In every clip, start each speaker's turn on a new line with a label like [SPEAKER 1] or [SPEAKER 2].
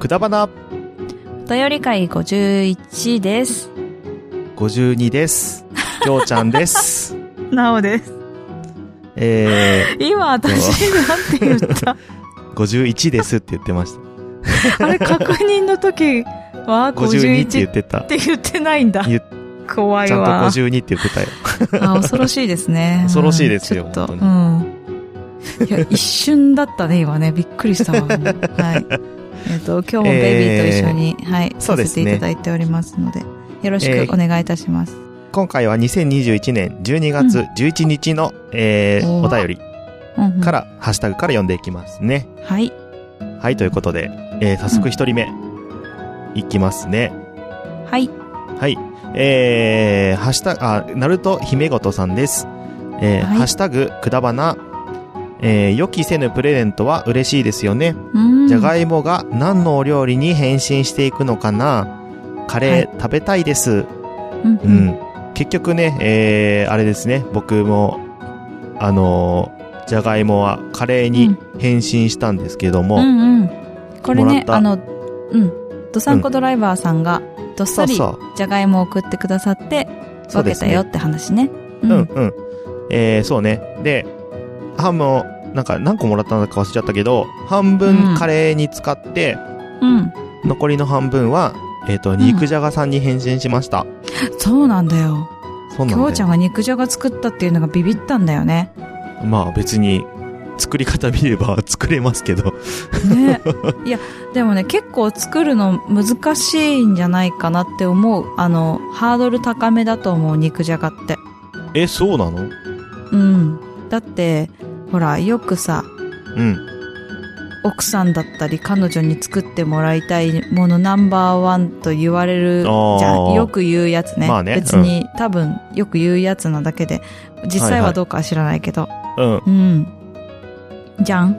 [SPEAKER 1] くだばな
[SPEAKER 2] お便り会51です。
[SPEAKER 1] 52です。きょうちゃん です。
[SPEAKER 2] なおです。
[SPEAKER 1] え
[SPEAKER 2] 今、私、なんて言っ
[SPEAKER 1] ー、
[SPEAKER 2] た
[SPEAKER 1] 51ですって言ってました。
[SPEAKER 2] あれ、確認の時は、
[SPEAKER 1] 52
[SPEAKER 2] 51
[SPEAKER 1] って言
[SPEAKER 2] っ
[SPEAKER 1] ってた。
[SPEAKER 2] て言ってないんだ
[SPEAKER 1] 言っ。
[SPEAKER 2] 怖い
[SPEAKER 1] ちゃんと
[SPEAKER 2] わ。
[SPEAKER 1] 52って言ってたよ。
[SPEAKER 2] あ、恐ろしいですね。
[SPEAKER 1] 恐ろしいですよ
[SPEAKER 2] うんちょっと。う
[SPEAKER 1] 本
[SPEAKER 2] ん。いや、一瞬だったね、今ね。びっくりし たわ。もうはい。えっと、今日もベイビーと一緒に、はい、
[SPEAKER 1] そう
[SPEAKER 2] さ
[SPEAKER 1] で
[SPEAKER 2] せ
[SPEAKER 1] す
[SPEAKER 2] て
[SPEAKER 1] ね
[SPEAKER 2] いただいておりますので、よろし
[SPEAKER 1] え
[SPEAKER 2] く
[SPEAKER 1] ー
[SPEAKER 2] お願いいたします。
[SPEAKER 1] 今回は2021年12月11日の、えー
[SPEAKER 2] お
[SPEAKER 1] お
[SPEAKER 2] ー
[SPEAKER 1] 便り
[SPEAKER 2] うんうん
[SPEAKER 1] から、ハッシュタグから読んでいきますね。
[SPEAKER 2] はい。
[SPEAKER 1] はい、ということで、えー、早速一人目、いきますね。
[SPEAKER 2] はい。
[SPEAKER 1] はい。えー、ハッシュタグ、あ、ナルト姫ごとさんです。えー
[SPEAKER 2] はい
[SPEAKER 1] ハッシュタグ、くだばな。えー、予期せぬプレゼントは嬉しいですよね。じゃ
[SPEAKER 2] い
[SPEAKER 1] がいもが何のお料理に変身していくのかなカレー食べたいです。
[SPEAKER 2] うん
[SPEAKER 1] う。ん。結局ね、えー、あれですね、僕も、あのーじゃがいもはカレーに変身したんですけども、
[SPEAKER 2] うんうん。これ
[SPEAKER 1] もらっ
[SPEAKER 2] ね、
[SPEAKER 1] た
[SPEAKER 2] あの、うん。ドサンコドライバーさんが、どっ
[SPEAKER 1] そ
[SPEAKER 2] さ
[SPEAKER 1] う
[SPEAKER 2] り、
[SPEAKER 1] そう。
[SPEAKER 2] じゃがいもを送ってくださって、
[SPEAKER 1] そう
[SPEAKER 2] 分
[SPEAKER 1] で
[SPEAKER 2] け
[SPEAKER 1] す
[SPEAKER 2] た
[SPEAKER 1] ね
[SPEAKER 2] よって話ね。う
[SPEAKER 1] うん、うん。えー、そうね。で、ハムを、なんか何個もらったのか忘れちゃったけど、半
[SPEAKER 2] う
[SPEAKER 1] 分
[SPEAKER 2] ん
[SPEAKER 1] カレーに使って、
[SPEAKER 2] うん。
[SPEAKER 1] 残りの半分は、えっ、と、肉じゃがさんに変身しました。
[SPEAKER 2] そうなんだよ。
[SPEAKER 1] そうなん
[SPEAKER 2] き
[SPEAKER 1] だ
[SPEAKER 2] ょ
[SPEAKER 1] よ
[SPEAKER 2] うちゃんが肉じゃが作ったっていうのがビビったんだよね。
[SPEAKER 1] まあ別に、作り方見れば作れますけど。
[SPEAKER 2] ね。いや、でもね、結構作るの難しいんじゃないかなって思う。あの、ハードル高めだと思う、肉じゃがって。
[SPEAKER 1] え、そうなの
[SPEAKER 2] うん。だって、ほら、よくさ、
[SPEAKER 1] うん。
[SPEAKER 2] 奥さんだったり彼女に作ってもらいたいものナンバーワンと言われるじ
[SPEAKER 1] あー
[SPEAKER 2] ゃんよく言うやつね,、
[SPEAKER 1] まあね
[SPEAKER 2] 別に、多分よく言うやつなだけで実際はどうかは知らないけど、
[SPEAKER 1] うん、
[SPEAKER 2] うんじゃん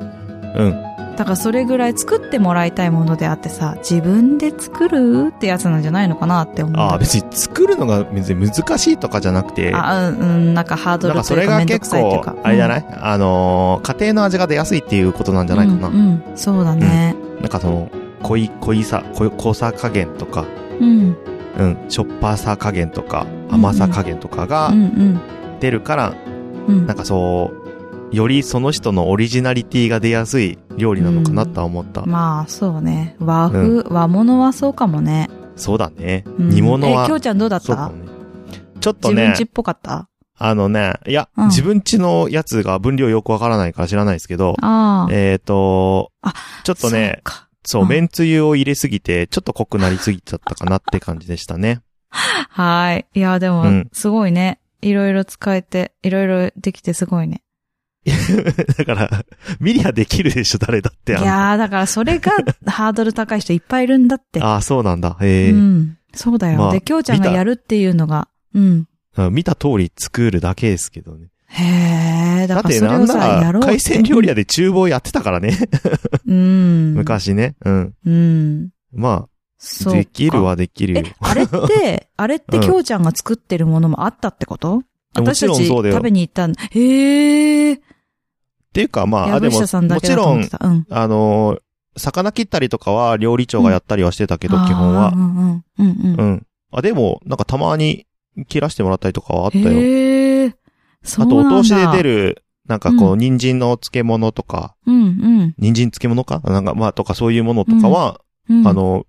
[SPEAKER 1] うん。
[SPEAKER 2] だからそれぐらい作ってもらいたいものであってさ自分で作るってやつなんじゃないのかなって思う
[SPEAKER 1] ああ、別に作るのが別に難しいとかじゃなくて、な
[SPEAKER 2] あうんうんなんかハード
[SPEAKER 1] ん
[SPEAKER 2] ル
[SPEAKER 1] か
[SPEAKER 2] と
[SPEAKER 1] そ
[SPEAKER 2] い
[SPEAKER 1] れ
[SPEAKER 2] うか
[SPEAKER 1] が
[SPEAKER 2] めんどく
[SPEAKER 1] 結
[SPEAKER 2] さいっていう
[SPEAKER 1] 構
[SPEAKER 2] か、
[SPEAKER 1] あれじゃ
[SPEAKER 2] い
[SPEAKER 1] ない、あのー家庭の味が出やすいっていうことなんじゃないかな。
[SPEAKER 2] うんうんそうだね
[SPEAKER 1] なんかその、濃い、濃いさ、濃い濃さ加減とか、
[SPEAKER 2] うん
[SPEAKER 1] うん、しょっぱさ加減とか、甘さ加減とか
[SPEAKER 2] う
[SPEAKER 1] が
[SPEAKER 2] ん
[SPEAKER 1] 出るから、
[SPEAKER 2] うんうん
[SPEAKER 1] なんかそう、よりその人のオリジナリティが出やすい料理なのかなとは思った。
[SPEAKER 2] まあそうね和風、和物はそうかもね、
[SPEAKER 1] そうだね。
[SPEAKER 2] うん
[SPEAKER 1] 煮物
[SPEAKER 2] え
[SPEAKER 1] は
[SPEAKER 2] きょ、うちゃんどうだっ
[SPEAKER 1] そう
[SPEAKER 2] た
[SPEAKER 1] かもね。ちょっと
[SPEAKER 2] 自分
[SPEAKER 1] ね
[SPEAKER 2] ちっ、ぽかった
[SPEAKER 1] あのね、いや、
[SPEAKER 2] うん
[SPEAKER 1] 自分ちのやつが分量よくわからないから知らないですけど、
[SPEAKER 2] ああ
[SPEAKER 1] えっ、と
[SPEAKER 2] あ、
[SPEAKER 1] ちょっとね
[SPEAKER 2] そう、か
[SPEAKER 1] そう
[SPEAKER 2] うん
[SPEAKER 1] めんつゆを入れすぎて、ちょっと濃くなりすぎちゃったかなって感じでしたね。
[SPEAKER 2] はーいいやでも、
[SPEAKER 1] うん
[SPEAKER 2] すごいねいろいろ使えていろいろできてすごいね
[SPEAKER 1] だから、ミリアできるでしょ、誰だっ
[SPEAKER 2] い
[SPEAKER 1] て。あの
[SPEAKER 2] やーだからそれが ハードル高い人いっぱいいるんだって
[SPEAKER 1] ああ、そうなんだ。ええ
[SPEAKER 2] うんそうだよ、
[SPEAKER 1] まあ
[SPEAKER 2] できょうちゃんが
[SPEAKER 1] 見た
[SPEAKER 2] やるっていうのがうん
[SPEAKER 1] うん見た通り作るだけですけどね。
[SPEAKER 2] へえだ
[SPEAKER 1] だっ
[SPEAKER 2] から
[SPEAKER 1] て
[SPEAKER 2] それ
[SPEAKER 1] なん
[SPEAKER 2] をさや
[SPEAKER 1] なら、
[SPEAKER 2] ろうって
[SPEAKER 1] 海鮮料理屋で厨房やってたからね。
[SPEAKER 2] うん
[SPEAKER 1] 昔ね。うん。
[SPEAKER 2] うん
[SPEAKER 1] まあ、
[SPEAKER 2] そうか
[SPEAKER 1] できるはできるよ
[SPEAKER 2] え。、あれって、あれって、
[SPEAKER 1] うん
[SPEAKER 2] きょうちゃんが作ってるものもあったってこと
[SPEAKER 1] も
[SPEAKER 2] 私
[SPEAKER 1] ち
[SPEAKER 2] た
[SPEAKER 1] ろん
[SPEAKER 2] ち
[SPEAKER 1] そうだよ
[SPEAKER 2] 食べに行ったんへえ。
[SPEAKER 1] っていうかまあ、あ、でも
[SPEAKER 2] 藪下さん、だ
[SPEAKER 1] も
[SPEAKER 2] け
[SPEAKER 1] ち
[SPEAKER 2] だと
[SPEAKER 1] ろ
[SPEAKER 2] 思っ
[SPEAKER 1] ん
[SPEAKER 2] て、た。うん。
[SPEAKER 1] あのー、魚切ったりとかは料理長がやったりはしてたけど、基本
[SPEAKER 2] あ
[SPEAKER 1] は
[SPEAKER 2] ーう。んうん。うんう。
[SPEAKER 1] うんん。あ、でも、なんかたまに切らしてもらったりとかはあったよ。
[SPEAKER 2] へえ。そ
[SPEAKER 1] あ
[SPEAKER 2] う
[SPEAKER 1] と、
[SPEAKER 2] な
[SPEAKER 1] お
[SPEAKER 2] んだ。
[SPEAKER 1] 通しで出
[SPEAKER 2] る。
[SPEAKER 1] る、なんかこ
[SPEAKER 2] う
[SPEAKER 1] う、人参の漬物とか、
[SPEAKER 2] うん
[SPEAKER 1] 人参漬物かなんか、まあ、とかそういうものとかは、
[SPEAKER 2] うん。うん
[SPEAKER 1] あ、の、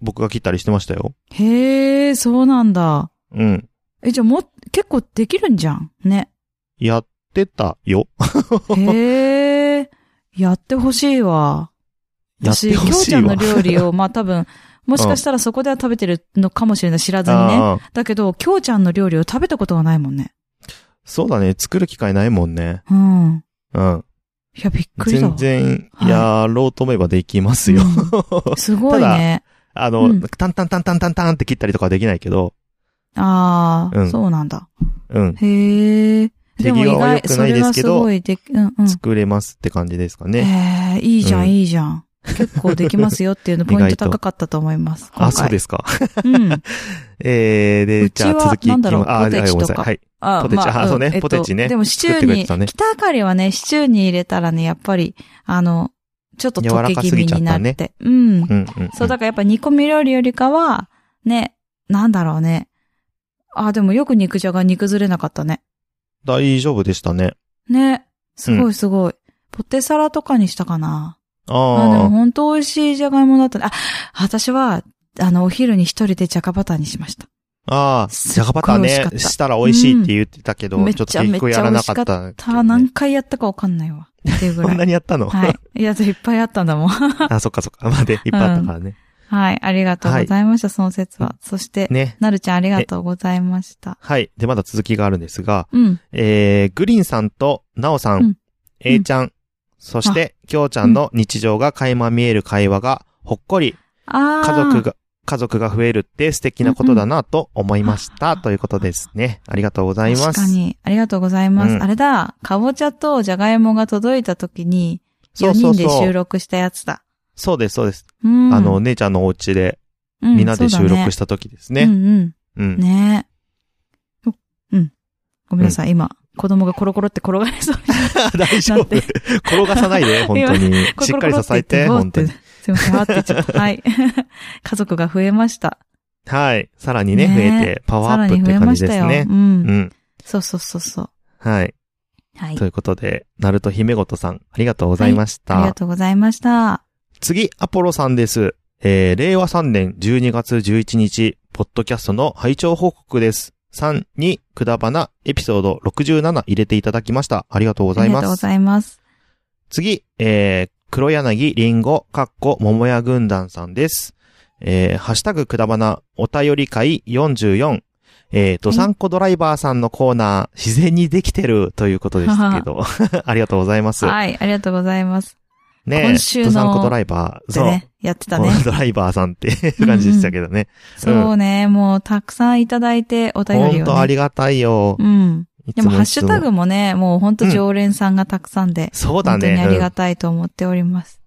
[SPEAKER 1] 僕が切ったりしてましたよ。
[SPEAKER 2] へえ、そうなんだ。
[SPEAKER 1] うん。
[SPEAKER 2] え、じゃあもう、結構できるんじゃん。 ね。
[SPEAKER 1] やってたよ。
[SPEAKER 2] へえ。やってほしいわ。
[SPEAKER 1] やってほ
[SPEAKER 2] きょう
[SPEAKER 1] し
[SPEAKER 2] ち
[SPEAKER 1] い
[SPEAKER 2] ゃ
[SPEAKER 1] わ。
[SPEAKER 2] んの料理を、まあ 多分、もしかしたらそこでは食べてるのかもしれない。知らずにね。
[SPEAKER 1] ああ
[SPEAKER 2] だけど、きょうちゃんの料理を食べたことがないもんね。
[SPEAKER 1] そうだね。作る機会ないもんね。
[SPEAKER 2] うん。
[SPEAKER 1] うん。
[SPEAKER 2] いや、びっくりだわ
[SPEAKER 1] 全。然、
[SPEAKER 2] はい
[SPEAKER 1] やろうと思えばできますよ。
[SPEAKER 2] すごいね。
[SPEAKER 1] あの、
[SPEAKER 2] うん
[SPEAKER 1] タンタンタンタンタンタンって切ったりとかはできないけど、
[SPEAKER 2] ああ、
[SPEAKER 1] うん
[SPEAKER 2] そうなんだ。
[SPEAKER 1] うん。
[SPEAKER 2] へえ。
[SPEAKER 1] 手際は良くないですけど
[SPEAKER 2] それはすごいでき、うんうん。
[SPEAKER 1] 作れますって感じですかね。
[SPEAKER 2] ええいいじゃ、
[SPEAKER 1] うんん
[SPEAKER 2] いいじゃん。結構できますよっていうのポイント高かったと思います。。
[SPEAKER 1] あ、そうですすか。
[SPEAKER 2] うん。
[SPEAKER 1] えー、で、
[SPEAKER 2] う
[SPEAKER 1] じ
[SPEAKER 2] ち
[SPEAKER 1] ゃ
[SPEAKER 2] は
[SPEAKER 1] あ続きいき
[SPEAKER 2] なん
[SPEAKER 1] ま
[SPEAKER 2] だ
[SPEAKER 1] す。
[SPEAKER 2] ろう
[SPEAKER 1] あ、はい
[SPEAKER 2] ポ
[SPEAKER 1] はいごめんなさい。
[SPEAKER 2] テチとか
[SPEAKER 1] はい。
[SPEAKER 2] あ
[SPEAKER 1] ポテチあそうね
[SPEAKER 2] んえっと
[SPEAKER 1] ポテチね
[SPEAKER 2] でもシチュー
[SPEAKER 1] 作ってくれ
[SPEAKER 2] に、
[SPEAKER 1] てたね
[SPEAKER 2] 北あかりはね、シチューに入れたらね、やっぱり、あの、ちょっと溶け気味になって。
[SPEAKER 1] 柔らかすぎちゃ
[SPEAKER 2] うん。
[SPEAKER 1] うんうん、うん。
[SPEAKER 2] そう、だからやっぱ煮込み料理よりかは、ね、なんだろうね。あ、でもよく肉じゃが煮崩れなかったね。
[SPEAKER 1] 大丈夫でしたね。
[SPEAKER 2] ね。すごいすごい。ポテサラとかにしたかな。あでも
[SPEAKER 1] ああ。
[SPEAKER 2] 本当美味しいじゃがいもだったね。あ、私は、あの、お昼に一人でじゃがバターにしました。
[SPEAKER 1] ああ、じゃがバター
[SPEAKER 2] すっ
[SPEAKER 1] ね
[SPEAKER 2] ごい美味しかっ、た
[SPEAKER 1] したら美味しいって言ってたけど、
[SPEAKER 2] うん
[SPEAKER 1] ちょっと結局やらなかったけどね、
[SPEAKER 2] ただ何回やったかわかんないわ。っていうぐ
[SPEAKER 1] そ
[SPEAKER 2] ら。
[SPEAKER 1] んないにやったの、
[SPEAKER 2] はい。いや、いっぱいあったんだもん。
[SPEAKER 1] あ、そっかそっか。まあ、で、いっぱいあったからね。
[SPEAKER 2] はい。ありがとうございました、その説は。そして、
[SPEAKER 1] ね。
[SPEAKER 2] なるちゃんありがとうございました。
[SPEAKER 1] はい。で、まだ続きがあるんですが、
[SPEAKER 2] うん。
[SPEAKER 1] えー、グリーンさんとナオさん、
[SPEAKER 2] うん
[SPEAKER 1] A ちゃん、そして、きょうちゃんの日常が垣間見える会話が、ほっこり、
[SPEAKER 2] ああ。
[SPEAKER 1] 家族が、家族が増えるって素敵なことだなと思いました、ということですね。ありがとうございます。
[SPEAKER 2] 確かに。ありがとうございます。
[SPEAKER 1] うん
[SPEAKER 2] あれだ、かぼちゃとじゃがいもが届いた時に、
[SPEAKER 1] そ
[SPEAKER 2] 4
[SPEAKER 1] うそ
[SPEAKER 2] 人
[SPEAKER 1] う
[SPEAKER 2] で
[SPEAKER 1] そ
[SPEAKER 2] 収
[SPEAKER 1] う。
[SPEAKER 2] 録したやつだ。
[SPEAKER 1] そうです、そうです。
[SPEAKER 2] うん。
[SPEAKER 1] あの、、姉ちゃんのお家で、みんなで収録した時です
[SPEAKER 2] た
[SPEAKER 1] ね。
[SPEAKER 2] う
[SPEAKER 1] うん。
[SPEAKER 2] んうん。ねえ。おうん。ごめんなさい、今。子供がコロコロって転がりそう に。
[SPEAKER 1] 大丈夫。
[SPEAKER 2] なん
[SPEAKER 1] 転がさない で、本当に。しっかり支えて、
[SPEAKER 2] コロコロ
[SPEAKER 1] 本
[SPEAKER 2] っ
[SPEAKER 1] 当
[SPEAKER 2] 言
[SPEAKER 1] に
[SPEAKER 2] って。すいません、わーって言っちゃった。はい。 家族が増えました。
[SPEAKER 1] はい。さらにね、
[SPEAKER 2] ね
[SPEAKER 1] 増えて、パワ
[SPEAKER 2] さ
[SPEAKER 1] ーア
[SPEAKER 2] ら
[SPEAKER 1] ップ
[SPEAKER 2] に
[SPEAKER 1] っ
[SPEAKER 2] 増
[SPEAKER 1] てい
[SPEAKER 2] え
[SPEAKER 1] う感
[SPEAKER 2] まし
[SPEAKER 1] じで
[SPEAKER 2] た
[SPEAKER 1] す
[SPEAKER 2] よ。う。
[SPEAKER 1] ね。うんん。
[SPEAKER 2] そうそうそうそう。
[SPEAKER 1] はい。
[SPEAKER 2] はい。
[SPEAKER 1] ということで、ナルト姫ごとさん、ありがとうございまし
[SPEAKER 2] ありが
[SPEAKER 1] た。
[SPEAKER 2] とうございました。
[SPEAKER 1] 次、アポロさんです。えー、令和3年12月11日、ポッドキャストの拝聴報告です。3に、くだばな、エピソード67入れていただきました。ありがとうご
[SPEAKER 2] あ
[SPEAKER 1] ざい
[SPEAKER 2] り
[SPEAKER 1] ま
[SPEAKER 2] がとうご
[SPEAKER 1] す。
[SPEAKER 2] ざいます。
[SPEAKER 1] 次、えー、黒柳りんご、かっこ、桃屋軍団さんです。えー、ハッシュタグくだばな、お便り会44。えー、どさんこドライバーさんのコーナー、自然にできてるということですけ ど、ありがとうございます。
[SPEAKER 2] はい、ありがとうございます。
[SPEAKER 1] ねえ、
[SPEAKER 2] 今週の
[SPEAKER 1] どさんこドライバー、
[SPEAKER 2] で
[SPEAKER 1] そう、
[SPEAKER 2] ね、やってた
[SPEAKER 1] こ
[SPEAKER 2] ね
[SPEAKER 1] の。ドライバーさんっていう感じでしたけどね。
[SPEAKER 2] そうね、もうたくさんいただいてお便りを、ね。
[SPEAKER 1] 本当ありがたいよ。
[SPEAKER 2] うん。
[SPEAKER 1] いつ
[SPEAKER 2] で
[SPEAKER 1] も
[SPEAKER 2] もハッシュタ
[SPEAKER 1] いつも
[SPEAKER 2] グもね、もう本当常連さんがたくさんで、
[SPEAKER 1] そうだ
[SPEAKER 2] 本当
[SPEAKER 1] ね
[SPEAKER 2] にあり
[SPEAKER 1] う
[SPEAKER 2] が
[SPEAKER 1] ん
[SPEAKER 2] たいと思っております。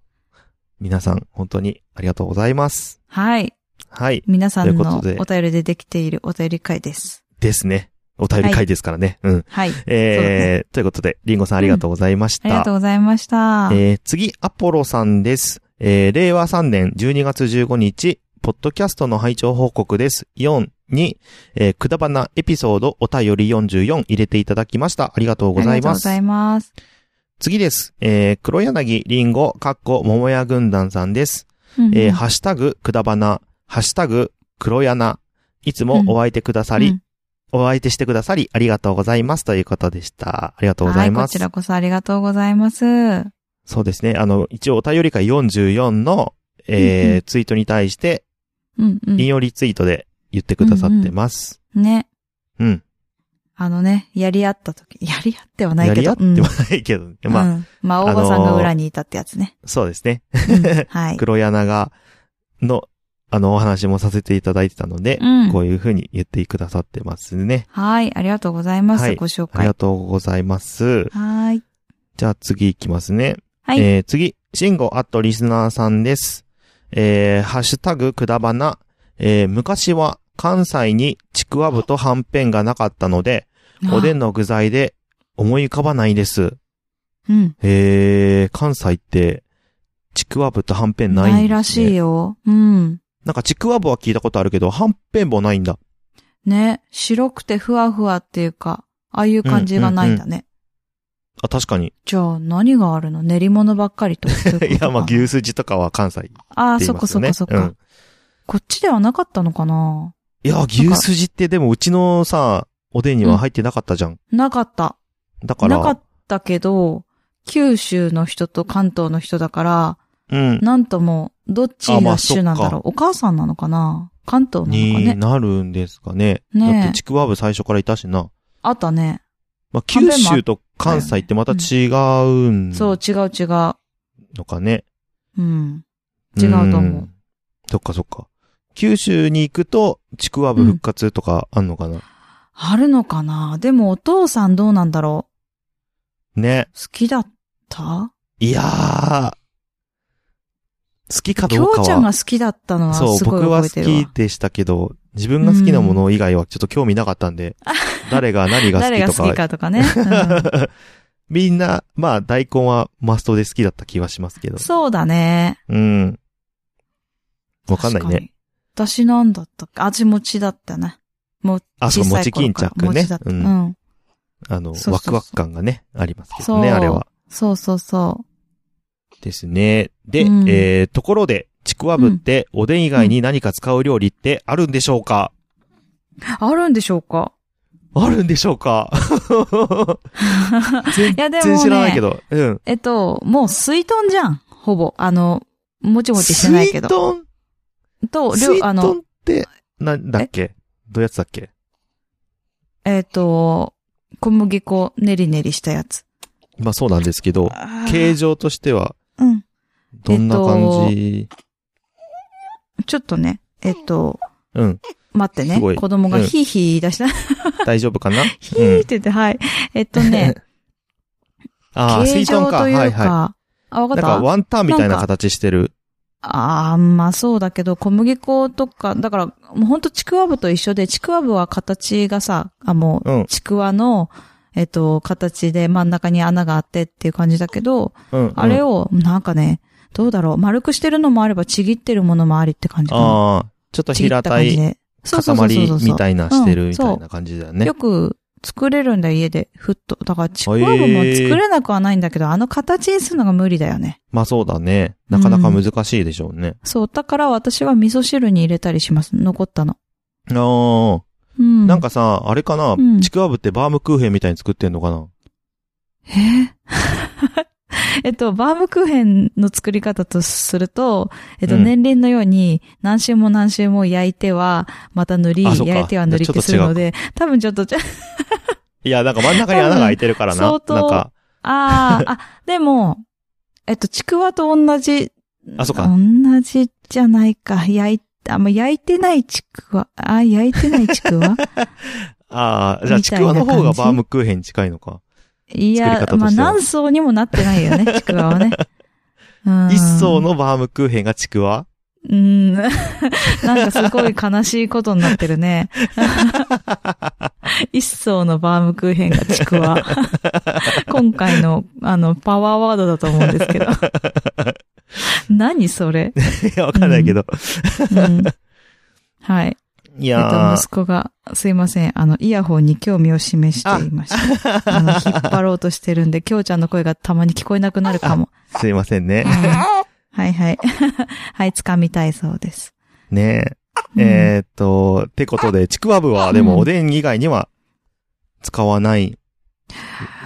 [SPEAKER 1] 皆さん、本当にありがとうございます。
[SPEAKER 2] はい。
[SPEAKER 1] はい。
[SPEAKER 2] 皆さん
[SPEAKER 1] という
[SPEAKER 2] の
[SPEAKER 1] ことで
[SPEAKER 2] お便りでできているお便り会です。
[SPEAKER 1] ですね。お便り会ですからね。うん。
[SPEAKER 2] はい。そうだ
[SPEAKER 1] えー、ということで、リンゴさんありがとうございまし
[SPEAKER 2] あ
[SPEAKER 1] た。
[SPEAKER 2] りがとうございました。
[SPEAKER 1] えー次、アポロさんです。えー令和3年12月15日、ポッドキャストの拝聴報告です。4に、えーくだばなエピソードお便り44入れていただきました。ありがとうござ
[SPEAKER 2] あ
[SPEAKER 1] い
[SPEAKER 2] りがとう
[SPEAKER 1] ま
[SPEAKER 2] ご
[SPEAKER 1] す
[SPEAKER 2] ざ。います。
[SPEAKER 1] 次です。えー、黒柳りんご、かっこ、桃屋軍団さんです。
[SPEAKER 2] うん
[SPEAKER 1] えーハッシュタグ、くだばな、ハッシュタグ、黒やな、いつもお相手くださり、
[SPEAKER 2] うん
[SPEAKER 1] お相手してくださり、ありがとうございます。ということでした。ありがとうござ
[SPEAKER 2] はいい、こ
[SPEAKER 1] ます。
[SPEAKER 2] ちらこそありがとうございます。
[SPEAKER 1] そうですね。あの、一応お便り会44の、えー
[SPEAKER 2] うんう
[SPEAKER 1] ツイートに対して、
[SPEAKER 2] うんう
[SPEAKER 1] 引
[SPEAKER 2] ん。
[SPEAKER 1] 用リツイートで言ってくださってます。
[SPEAKER 2] ね。
[SPEAKER 1] うん
[SPEAKER 2] あのね、やり合った時、やり合ってはない
[SPEAKER 1] や
[SPEAKER 2] けど。
[SPEAKER 1] り合ってはないけど、ね
[SPEAKER 2] うん
[SPEAKER 1] まあ、
[SPEAKER 2] うんまあ、大場さんが裏にいたってやつね。
[SPEAKER 1] そうですね。
[SPEAKER 2] うんはい。
[SPEAKER 1] 黒柳が、の、あの、お話もさせていただいてたので、
[SPEAKER 2] うん
[SPEAKER 1] こういうふうに言ってくださってますね。
[SPEAKER 2] はい、ありがとうございます。
[SPEAKER 1] はい
[SPEAKER 2] ご紹
[SPEAKER 1] あり
[SPEAKER 2] 介。は
[SPEAKER 1] がとうございます。
[SPEAKER 2] ーい。
[SPEAKER 1] じゃあ次いきますね。
[SPEAKER 2] はい
[SPEAKER 1] えー、次、シンゴアットリスナーさんです。えー、ハッシュタグくだばな。えー、昔は関西にちくわぶとはんぺんがなかったので、おでんの具材で思い浮かばないです。
[SPEAKER 2] うん。
[SPEAKER 1] えー、関西って、ちくわぶとはんぺんないんです、ね、
[SPEAKER 2] ないらしいよ。うん。
[SPEAKER 1] なんかちくわぶは聞いたことあるけど、はんぺんもないんだ。
[SPEAKER 2] ね、白くてふわふわっていうか、ああいう感じがないんだね。
[SPEAKER 1] あ、確かに。
[SPEAKER 2] じゃあ、何があるの練り物ばっかりとかそういうこと か。
[SPEAKER 1] いや、まあ、牛すじとかは関西って
[SPEAKER 2] ああ、
[SPEAKER 1] 言い
[SPEAKER 2] そっ
[SPEAKER 1] ま
[SPEAKER 2] か
[SPEAKER 1] す
[SPEAKER 2] そ
[SPEAKER 1] よ
[SPEAKER 2] っ
[SPEAKER 1] ね。
[SPEAKER 2] かそっか。
[SPEAKER 1] うん
[SPEAKER 2] こっちではなかったのかない
[SPEAKER 1] や、牛すじってでもうちのさ、おでんには入ってなかったじゃん。
[SPEAKER 2] なかった。
[SPEAKER 1] だから、
[SPEAKER 2] なかったけど、九州の人と関東の人だから、
[SPEAKER 1] うん、
[SPEAKER 2] なんとも、どっち
[SPEAKER 1] あまあ
[SPEAKER 2] が主なんだろう。お母さんなのかな関東なのか
[SPEAKER 1] に
[SPEAKER 2] ね
[SPEAKER 1] なるんですかね。
[SPEAKER 2] ねえ
[SPEAKER 1] だってちくわぶ最初からいたしな。
[SPEAKER 2] あったね。
[SPEAKER 1] まあ、
[SPEAKER 2] はんぺん
[SPEAKER 1] 九
[SPEAKER 2] もあ
[SPEAKER 1] 州と関西ってまた違うん
[SPEAKER 2] そう、違う違う。
[SPEAKER 1] のかね。。
[SPEAKER 2] うん。違うと思うん
[SPEAKER 1] そっかそっか。九州に行くと、ちくわぶ復活とかあんのかな、
[SPEAKER 2] あるのかなでもお父さんどうなんだろ
[SPEAKER 1] ね
[SPEAKER 2] う。好きだった
[SPEAKER 1] いやー。好きか
[SPEAKER 2] き
[SPEAKER 1] どう
[SPEAKER 2] ょ
[SPEAKER 1] か
[SPEAKER 2] うちゃん
[SPEAKER 1] は。
[SPEAKER 2] が好きだったのは
[SPEAKER 1] そう、
[SPEAKER 2] すごい
[SPEAKER 1] 僕は
[SPEAKER 2] 覚え
[SPEAKER 1] 好
[SPEAKER 2] てるわ。
[SPEAKER 1] きでしたけど、自分が好きなもの以外はちょっと興味なかったんで、誰が何が好
[SPEAKER 2] 誰
[SPEAKER 1] き
[SPEAKER 2] が
[SPEAKER 1] と
[SPEAKER 2] 好
[SPEAKER 1] か
[SPEAKER 2] きかとかね。うん
[SPEAKER 1] みんな、まあ、大根はマストで好きだった気はしますけど。
[SPEAKER 2] そうだね。
[SPEAKER 1] うん。 わかんない
[SPEAKER 2] 確
[SPEAKER 1] ね。
[SPEAKER 2] に。私なんだったっけ味餅だったね。もう、
[SPEAKER 1] あそう
[SPEAKER 2] 小さい頃から
[SPEAKER 1] 餅巾着ね
[SPEAKER 2] 餅だった。
[SPEAKER 1] う
[SPEAKER 2] うんん。
[SPEAKER 1] あの、
[SPEAKER 2] そうそうそう
[SPEAKER 1] ワクワク感がね、ありますけどね、
[SPEAKER 2] そう
[SPEAKER 1] あれは。
[SPEAKER 2] そうそうそ
[SPEAKER 1] ですね。で、
[SPEAKER 2] うん
[SPEAKER 1] えー、ところで、ちくわぶって、おでん以外に何か使う料理ってあるんでしょうか、
[SPEAKER 2] う。あるんでしょうか
[SPEAKER 1] あるんでしょうか 全
[SPEAKER 2] いやでもね
[SPEAKER 1] 然知らないけど。うん。
[SPEAKER 2] えっと、もう水豚じゃん。ほぼ。あの、もちもちしてないけど。
[SPEAKER 1] 水
[SPEAKER 2] と、
[SPEAKER 1] 豚
[SPEAKER 2] り
[SPEAKER 1] 水
[SPEAKER 2] ょあ
[SPEAKER 1] 豚
[SPEAKER 2] の、
[SPEAKER 1] って、なんだっけどういうやつだっけ
[SPEAKER 2] えっと、小麦粉、ねりねりしたやつ。
[SPEAKER 1] まあそうなんですけど、
[SPEAKER 2] あー
[SPEAKER 1] 形状としては、
[SPEAKER 2] うん。
[SPEAKER 1] どんな感じ、
[SPEAKER 2] ちょっとね、えっと、
[SPEAKER 1] うん。
[SPEAKER 2] 待って
[SPEAKER 1] す
[SPEAKER 2] ね。
[SPEAKER 1] ごい
[SPEAKER 2] 子供が
[SPEAKER 1] うん
[SPEAKER 2] ヒーヒー言い出した。
[SPEAKER 1] 大丈夫 かな
[SPEAKER 2] ヒーって言って、はい。えっとね、
[SPEAKER 1] ああ、水
[SPEAKER 2] 形
[SPEAKER 1] 豚
[SPEAKER 2] 状
[SPEAKER 1] か。
[SPEAKER 2] と
[SPEAKER 1] はい
[SPEAKER 2] いうか、
[SPEAKER 1] はい。な
[SPEAKER 2] あ、わか
[SPEAKER 1] ん
[SPEAKER 2] った
[SPEAKER 1] かワンタンみたい
[SPEAKER 2] な
[SPEAKER 1] なん
[SPEAKER 2] か
[SPEAKER 1] 形してる。
[SPEAKER 2] ああ、まあそうだけど、小麦粉とか、だから、もうほんとちくわぶと一緒で、ちくわぶは形がさ、あ、も
[SPEAKER 1] うん
[SPEAKER 2] う、ちくわの、えっと、形で真ん中に穴があってっていう感じだけど、
[SPEAKER 1] うん、うん
[SPEAKER 2] あれを、なんかね、どうだろう、丸くしてるのもあれば、ちぎってるものもありって感じかな。
[SPEAKER 1] ああ、ちょっと
[SPEAKER 2] ちぎっ
[SPEAKER 1] 平
[SPEAKER 2] た
[SPEAKER 1] たい
[SPEAKER 2] で。そうそうそうそう
[SPEAKER 1] 塊
[SPEAKER 2] そう
[SPEAKER 1] みたいなしてる
[SPEAKER 2] うん
[SPEAKER 1] みたいな感じだよね。
[SPEAKER 2] よく作れるんだよ、家で。ふっと。だから、ちくわぶも作れなくはないんだけど、あの形にするのが無理だよね。
[SPEAKER 1] まあそうだね。なかなか難しいでしょうね。
[SPEAKER 2] そう。だから私は味噌汁に入れたりします。残ったの。
[SPEAKER 1] あ
[SPEAKER 2] うん。
[SPEAKER 1] あ、なんかさ、あれかな、
[SPEAKER 2] うん
[SPEAKER 1] ちくわぶってバームクーヘンみたいに作ってんのかな
[SPEAKER 2] えー えっと、バームクーヘンの作り方とすると、えっと、
[SPEAKER 1] うん
[SPEAKER 2] 年輪のように何周も何周も焼いては、また塗り、
[SPEAKER 1] あそっか
[SPEAKER 2] 焼いては塗りってするので、多分ちょっと、ちょ
[SPEAKER 1] いや、なんか真ん中に穴が開いてるからな。
[SPEAKER 2] 相当
[SPEAKER 1] なんか、
[SPEAKER 2] ああ、あ、でも、えっと、ちくわと同じ、
[SPEAKER 1] あ、そっか。
[SPEAKER 2] 同じじゃないか。焼い、あ、まあ、焼いてないちくわ、あ、焼いてないち くわ
[SPEAKER 1] ああ、じゃあ
[SPEAKER 2] み
[SPEAKER 1] ち
[SPEAKER 2] たい
[SPEAKER 1] く
[SPEAKER 2] な
[SPEAKER 1] わの方が
[SPEAKER 2] 感じ
[SPEAKER 1] バームクーヘンに近いのか。
[SPEAKER 2] い
[SPEAKER 1] 作り
[SPEAKER 2] や
[SPEAKER 1] 方、と
[SPEAKER 2] まあ、
[SPEAKER 1] しては
[SPEAKER 2] 何層にもなってないよね、ちくわ はね。うん
[SPEAKER 1] 一層のバームクーヘンがちくわ
[SPEAKER 2] うーん。 なんかすごい悲しいことになってるね。 一層のバームクーヘンがちく わ。今回の、あの、パワーワードだと思うん ですけど。何それ、
[SPEAKER 1] いや、わかんないけど。
[SPEAKER 2] うん、はい。
[SPEAKER 1] い
[SPEAKER 2] えっと、
[SPEAKER 1] やー
[SPEAKER 2] 息子が、すいません、あの、イヤホンに興味を示していました。あの、引っ張ろうとしてるんで、きょうちゃんの声がたまに聞こえなくなるかも。
[SPEAKER 1] すいませんね。
[SPEAKER 2] はいはい。はい、掴みたいそうです。
[SPEAKER 1] ね
[SPEAKER 2] うん
[SPEAKER 1] え。えーっと、ってことで、ちくわぶはで
[SPEAKER 2] う
[SPEAKER 1] も
[SPEAKER 2] ん
[SPEAKER 1] おでん以外には使わない。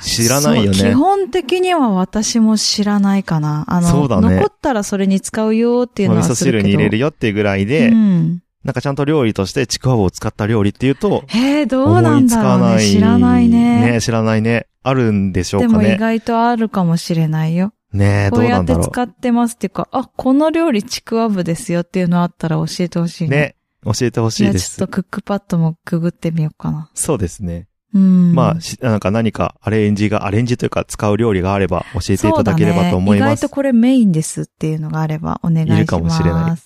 [SPEAKER 1] 知らないよ
[SPEAKER 2] そう基
[SPEAKER 1] ね。
[SPEAKER 2] 本的には私も知らないかな。あ
[SPEAKER 1] そう
[SPEAKER 2] の、
[SPEAKER 1] だね
[SPEAKER 2] 残ったらそれに使うよっていう
[SPEAKER 1] ま
[SPEAKER 2] の
[SPEAKER 1] あ
[SPEAKER 2] は
[SPEAKER 1] 味噌
[SPEAKER 2] するけ
[SPEAKER 1] 汁
[SPEAKER 2] ど。
[SPEAKER 1] に入れるよっていうぐらいで、
[SPEAKER 2] うん。
[SPEAKER 1] なんかちゃんと料理としてちくわぶを使った料理っていうと、
[SPEAKER 2] へえ、ど
[SPEAKER 1] 思
[SPEAKER 2] うないん
[SPEAKER 1] つか
[SPEAKER 2] だろう
[SPEAKER 1] ない。
[SPEAKER 2] ね。知らないね。
[SPEAKER 1] ね知らないね。あるんでしょ
[SPEAKER 2] で
[SPEAKER 1] うか
[SPEAKER 2] も意
[SPEAKER 1] ね。
[SPEAKER 2] 外とあるかもしれないよ。
[SPEAKER 1] ねえ、ど
[SPEAKER 2] こ
[SPEAKER 1] う
[SPEAKER 2] う
[SPEAKER 1] な
[SPEAKER 2] や
[SPEAKER 1] ん
[SPEAKER 2] っ
[SPEAKER 1] だ
[SPEAKER 2] て
[SPEAKER 1] ろ
[SPEAKER 2] 使ってますっていうか、あ、この料理ちくわぶですよっていうのあったら教えてほし
[SPEAKER 1] う。
[SPEAKER 2] い。
[SPEAKER 1] ね。教えてほし
[SPEAKER 2] い
[SPEAKER 1] い
[SPEAKER 2] や、
[SPEAKER 1] で
[SPEAKER 2] ちょっ
[SPEAKER 1] す
[SPEAKER 2] と。クックパッドもググってみようかな。
[SPEAKER 1] そうですね。
[SPEAKER 2] うん。
[SPEAKER 1] まあ、しなんか何かアレンジが、アレンジというか使う料理があれば教えていただければと思いま
[SPEAKER 2] そうだね、意外と
[SPEAKER 1] す。
[SPEAKER 2] これメインですっていうのがあればお願いします。
[SPEAKER 1] いるかもしれな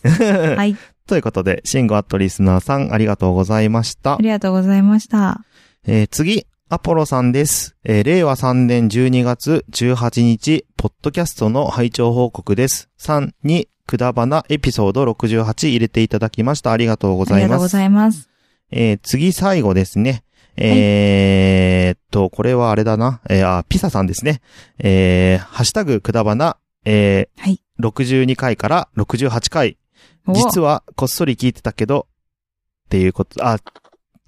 [SPEAKER 1] い
[SPEAKER 2] はい。
[SPEAKER 1] ということで、シンゴアットリスナーさんありがとうございました
[SPEAKER 2] あ。りがとうございました。
[SPEAKER 1] えー次、アポロさんです。えー令和3年12月18日、ポッドキャストの拝聴報告です。3に、くだばなエピソード68入れていただきました。ありがとうご
[SPEAKER 2] あ
[SPEAKER 1] ざ
[SPEAKER 2] り
[SPEAKER 1] い
[SPEAKER 2] がと
[SPEAKER 1] ま
[SPEAKER 2] う
[SPEAKER 1] す
[SPEAKER 2] ご。ざいます。
[SPEAKER 1] えー次最後ですね。えーっと、これはあれだな。えーあ、ピサさんですね。えーハッシュタグくだばな、えー
[SPEAKER 2] はい
[SPEAKER 1] 62回から68回。実
[SPEAKER 2] は、
[SPEAKER 1] は、こっそり聞いてたけど、っていうこと、あ、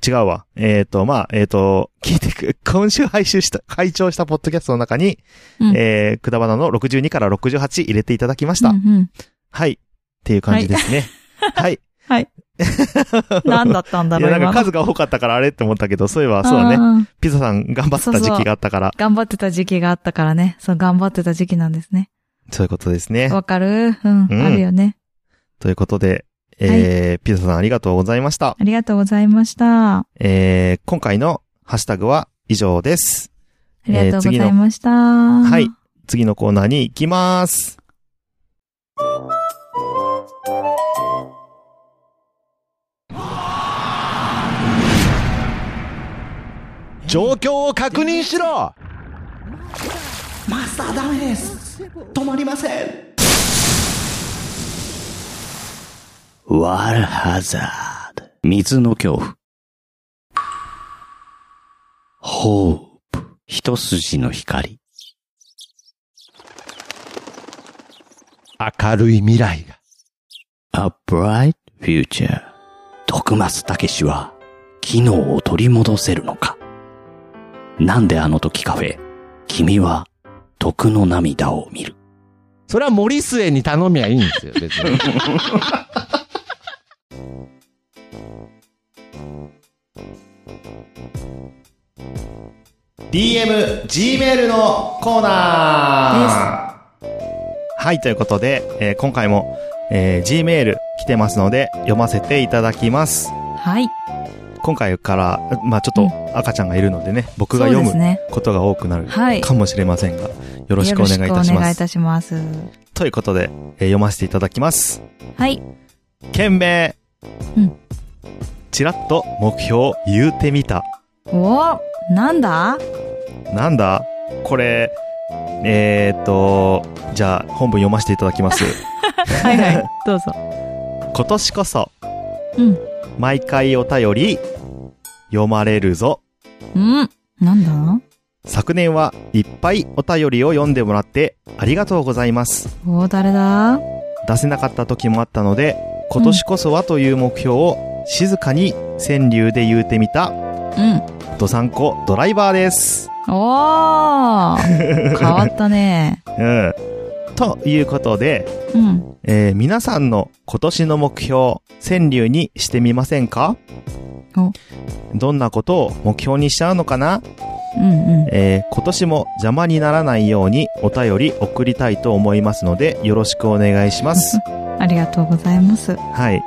[SPEAKER 1] 違うわ。えーっと、まあ、えーっと、聞いてく、 今週配信した、拝聴したポッドキャストの中に、
[SPEAKER 2] うん
[SPEAKER 1] えーくだばなの62から68入れていただきました。
[SPEAKER 2] うんうん
[SPEAKER 1] はい。っていう感じですね。はい。
[SPEAKER 2] はい。何だったんだ
[SPEAKER 1] い
[SPEAKER 2] ろ
[SPEAKER 1] や、
[SPEAKER 2] う
[SPEAKER 1] なんか
[SPEAKER 2] 今の
[SPEAKER 1] 数が多かったからあれって思ったけど、そういえば、そうだね。
[SPEAKER 2] んん
[SPEAKER 1] ピザさん頑張ってた時期があったから、
[SPEAKER 2] 頑張ってた時期があったからね。そう、頑張ってた時期なんですね。
[SPEAKER 1] そういうことですね。
[SPEAKER 2] わかるうん、
[SPEAKER 1] うん
[SPEAKER 2] あるよね。
[SPEAKER 1] ということで、えー、ピザさんありがとうございました。
[SPEAKER 2] ありがとうございました。あ
[SPEAKER 1] えー、今回のハッシュタグは以上です。
[SPEAKER 2] りがとうございました。
[SPEAKER 1] は。
[SPEAKER 2] はい
[SPEAKER 1] 次のコーナーに行きます。
[SPEAKER 3] 状況を確認しろマスターダメです止まりませんワールハザード水の恐怖ホープ一筋の光
[SPEAKER 4] 明るい未来が。
[SPEAKER 3] A bright future 徳松たけしは機能を取り戻せるのかなんであの時カフェ君は徳の涙を見る
[SPEAKER 4] それは森末に頼みゃいいんですよ、別に。
[SPEAKER 1] DM、Gmail のコーナーはい、ということで、えー今回も、えー Gmail 来てますので、読ませていただきます。
[SPEAKER 2] はい。
[SPEAKER 1] 今回から、まあちょっと赤ちゃんがいるのでね、僕が
[SPEAKER 2] そう
[SPEAKER 1] 読
[SPEAKER 2] です
[SPEAKER 1] む
[SPEAKER 2] ね。
[SPEAKER 1] ことが多くなる
[SPEAKER 2] はい
[SPEAKER 1] かもしれませんが、よろしくお願いいた
[SPEAKER 2] よろ
[SPEAKER 1] し
[SPEAKER 2] しくお願
[SPEAKER 1] ま
[SPEAKER 2] いい
[SPEAKER 1] す。
[SPEAKER 2] たします。
[SPEAKER 1] ということで、えー読ませていただきます。
[SPEAKER 2] はい。
[SPEAKER 1] 件名。
[SPEAKER 2] うん。
[SPEAKER 1] ちらっと目標を言うてみた。
[SPEAKER 2] おな んだ
[SPEAKER 1] なんだこれ、えーっと、じゃあ本文読ませていただきます。
[SPEAKER 2] はいはい。どうぞ。
[SPEAKER 1] 今年こそ、
[SPEAKER 2] うん。
[SPEAKER 1] 毎回お便り、読まれるぞ。
[SPEAKER 2] うん。なんだ
[SPEAKER 1] 昨年はいっぱいお便りを読んでもらってありがとうございます。
[SPEAKER 2] お誰だ
[SPEAKER 1] 出せなかった時もあったので、今年こそはという目標を静かに川柳で言うてみた、
[SPEAKER 2] うん。
[SPEAKER 1] ドサンコドライバーです。
[SPEAKER 2] おー 変わったね。
[SPEAKER 1] うん。ということで、
[SPEAKER 2] うん。
[SPEAKER 1] えー皆さんの今年の目標、川柳にしてみませんか
[SPEAKER 2] お
[SPEAKER 1] どんなことを目標にしちゃうのかな
[SPEAKER 2] うんうん。
[SPEAKER 1] えー今年も邪魔にならないようにお便り送りたいと思いますのでよろしくお願いします。
[SPEAKER 2] ありがとうございます。
[SPEAKER 1] はい。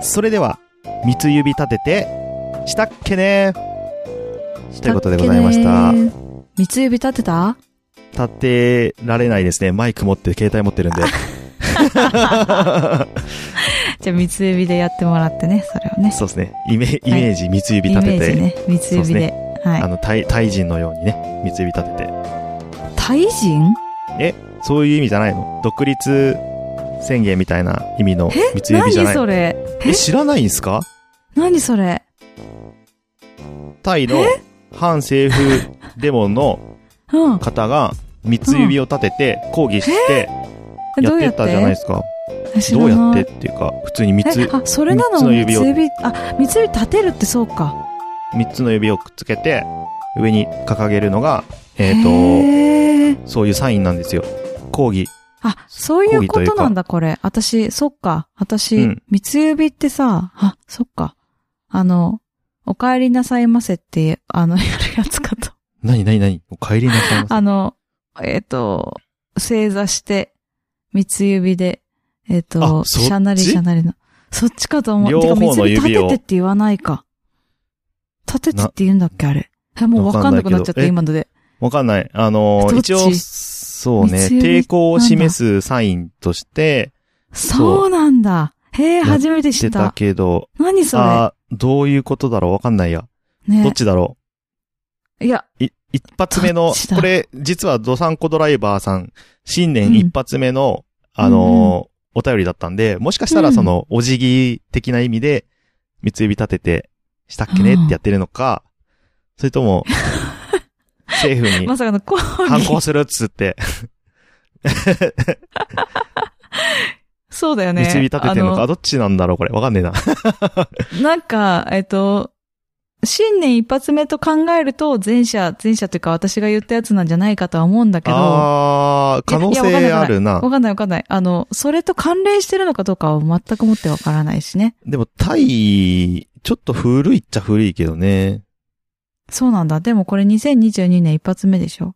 [SPEAKER 1] それでは、三つ指立てて、したっけねということでございました。
[SPEAKER 2] ねー。三つ指立てた
[SPEAKER 1] 立てられないですね。マイク持って、携帯持ってるんで。
[SPEAKER 2] じゃあ三つ指でやってもらってね、それをね。
[SPEAKER 1] そうですね。イメイメージ、三つ指立て
[SPEAKER 2] イメー
[SPEAKER 1] て、
[SPEAKER 2] ジね。三つ指
[SPEAKER 1] そう
[SPEAKER 2] で。
[SPEAKER 1] であ
[SPEAKER 2] はい。
[SPEAKER 1] の、タイ、タイ人のようにね、三つ指立てて。
[SPEAKER 2] タイ人
[SPEAKER 1] そういう意味じゃないの独立宣言みたいな意味の三つ指じゃな
[SPEAKER 2] 何
[SPEAKER 1] い
[SPEAKER 2] それ
[SPEAKER 1] え、知らないんすか
[SPEAKER 2] 何それ
[SPEAKER 1] タイの反政府デモの
[SPEAKER 2] うん。
[SPEAKER 1] 方が三つ指を立てて抗議してや
[SPEAKER 2] ど
[SPEAKER 1] っ
[SPEAKER 2] う
[SPEAKER 1] て
[SPEAKER 2] やって
[SPEAKER 1] たじゃないですか。
[SPEAKER 2] 知ら
[SPEAKER 1] どう
[SPEAKER 2] ない
[SPEAKER 1] やってっていうか、普通に三
[SPEAKER 2] え
[SPEAKER 1] つ、
[SPEAKER 2] あ、それな
[SPEAKER 1] 三
[SPEAKER 2] の
[SPEAKER 1] つの指を
[SPEAKER 2] 三つ指、あ、三つ指立てるってそうか。
[SPEAKER 1] 三つの指をくっつけて上に掲げるのが、えっ
[SPEAKER 2] へー
[SPEAKER 1] と、そういうサインなんですよ。抗議。
[SPEAKER 2] あ、そういうこ
[SPEAKER 1] 抗議とい
[SPEAKER 2] と
[SPEAKER 1] うか
[SPEAKER 2] なんだ、これ。私、そっか。私、
[SPEAKER 1] うん
[SPEAKER 2] 三つ指ってさ、あ、そっか。あの、お帰りなさいませって、あの、やるやつかと。
[SPEAKER 1] なになになにお帰りなさいま
[SPEAKER 2] あの、えっ、と、正座して、三つ指で、えっ、と
[SPEAKER 1] あ、そっち
[SPEAKER 2] しゃなりしゃなりの。そっちかと思う。
[SPEAKER 1] 両方の
[SPEAKER 2] てか三つ
[SPEAKER 1] 指を
[SPEAKER 2] 立ててって言わないか。立ててって言うんだっけ、あれ。えもうわかんなくな
[SPEAKER 1] わかんな
[SPEAKER 2] っちゃっ
[SPEAKER 1] いけど
[SPEAKER 2] て、
[SPEAKER 1] え
[SPEAKER 2] 今ので。
[SPEAKER 1] せ。わかんない。あのー
[SPEAKER 2] どっち
[SPEAKER 1] 一応、そうね、
[SPEAKER 2] 三つ指
[SPEAKER 1] 抵抗を示すサインとして
[SPEAKER 2] そうなんだ。へえ、
[SPEAKER 1] やってた
[SPEAKER 2] 初めて知
[SPEAKER 1] 出
[SPEAKER 2] ったた。
[SPEAKER 1] けど、
[SPEAKER 2] 何それ。
[SPEAKER 1] あーどういうことだろうわかんないや。どっ
[SPEAKER 2] ね。
[SPEAKER 1] ちだろう
[SPEAKER 2] いや、
[SPEAKER 1] い一発目
[SPEAKER 2] ど
[SPEAKER 1] の
[SPEAKER 2] っち、だ
[SPEAKER 1] これ、実はドサンコドライバーさん、新年一発目の、
[SPEAKER 2] うん
[SPEAKER 1] あのーお便りだったんで、もしかした
[SPEAKER 2] う
[SPEAKER 1] ら
[SPEAKER 2] ん
[SPEAKER 1] その、お辞儀的な意味で、三つ指立てて、したっけねってやってるのか、それと も、政府に
[SPEAKER 2] まさかの抗議。
[SPEAKER 1] 反抗するっつって、
[SPEAKER 2] そうだよね。
[SPEAKER 1] 三つ指立ててるのか、
[SPEAKER 2] あ
[SPEAKER 1] どっちなんだろうこれ、わかんね えな。
[SPEAKER 2] のなんか、えっと、新年一発目と考えると、前者、前者というか私が言ったやつなんじゃないかとは思うんだけど、わ
[SPEAKER 1] あー、可能
[SPEAKER 2] いやい
[SPEAKER 1] 性
[SPEAKER 2] やわ
[SPEAKER 1] あ
[SPEAKER 2] か
[SPEAKER 1] るな。
[SPEAKER 2] かんないわかんない。あの、それと関連してるのかどうかは全くもってわからないしね。
[SPEAKER 1] でも、タイ、ちょっと古いっちゃ古いけどね。
[SPEAKER 2] そうなんだ。でもこれ2022年一発目でしょ。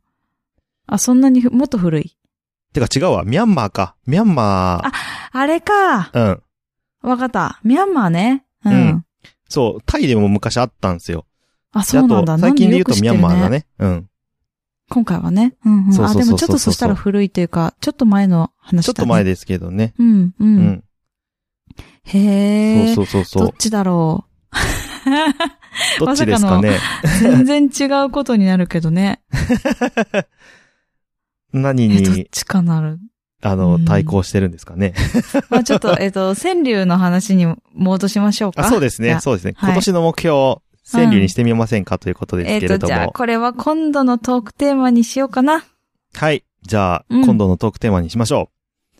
[SPEAKER 2] あ、そんなにふ、もっと古い。
[SPEAKER 1] てか違うわ、ミャンマーか。ミャンマ
[SPEAKER 2] あれか。
[SPEAKER 1] ー、うん。
[SPEAKER 2] わかった。ミャンマーね。うん。
[SPEAKER 1] うんそう、タイでも昔あったんですよ。
[SPEAKER 2] あ、
[SPEAKER 1] で
[SPEAKER 2] そ
[SPEAKER 1] あ
[SPEAKER 2] う
[SPEAKER 1] と
[SPEAKER 2] なんだ。
[SPEAKER 1] 最近で言うと
[SPEAKER 2] なん
[SPEAKER 1] ミ
[SPEAKER 2] よ
[SPEAKER 1] ャ
[SPEAKER 2] く知ってる
[SPEAKER 1] ンマーだね。うん。
[SPEAKER 2] 今回はね。うんうん。
[SPEAKER 1] そう
[SPEAKER 2] あ、
[SPEAKER 1] そうそうそう
[SPEAKER 2] でもちょっとそしたら古いというか、ちょっと前の話
[SPEAKER 1] ちょ
[SPEAKER 2] だ、
[SPEAKER 1] っと
[SPEAKER 2] ね。
[SPEAKER 1] 前。ですけどね。
[SPEAKER 2] うん、う。
[SPEAKER 1] うんん。
[SPEAKER 2] へえ。
[SPEAKER 1] そうそうそう
[SPEAKER 2] ど
[SPEAKER 1] そ
[SPEAKER 2] っちだろ
[SPEAKER 1] う。どっちですかね。
[SPEAKER 2] う。全然違うことになるけどね。
[SPEAKER 1] 何
[SPEAKER 2] え、どっ
[SPEAKER 1] に、
[SPEAKER 2] ちかなる。
[SPEAKER 1] あ
[SPEAKER 2] う
[SPEAKER 1] の、
[SPEAKER 2] ん
[SPEAKER 1] 対抗してるんですかね。
[SPEAKER 2] まあちょっと、えっと、川柳の話に戻しましょうか。
[SPEAKER 1] あ、そうです
[SPEAKER 2] じ
[SPEAKER 1] ね
[SPEAKER 2] ゃ。あ
[SPEAKER 1] そうですね。
[SPEAKER 2] はい
[SPEAKER 1] 今年の目標、川柳にしてみませんかということです
[SPEAKER 2] え
[SPEAKER 1] け
[SPEAKER 2] っ
[SPEAKER 1] れど
[SPEAKER 2] と、じゃあ、
[SPEAKER 1] も。
[SPEAKER 2] これは今度のトークテーマにしようかな。
[SPEAKER 1] はい。じゃあ、
[SPEAKER 2] うん
[SPEAKER 1] 今度のトークテーマにしましょ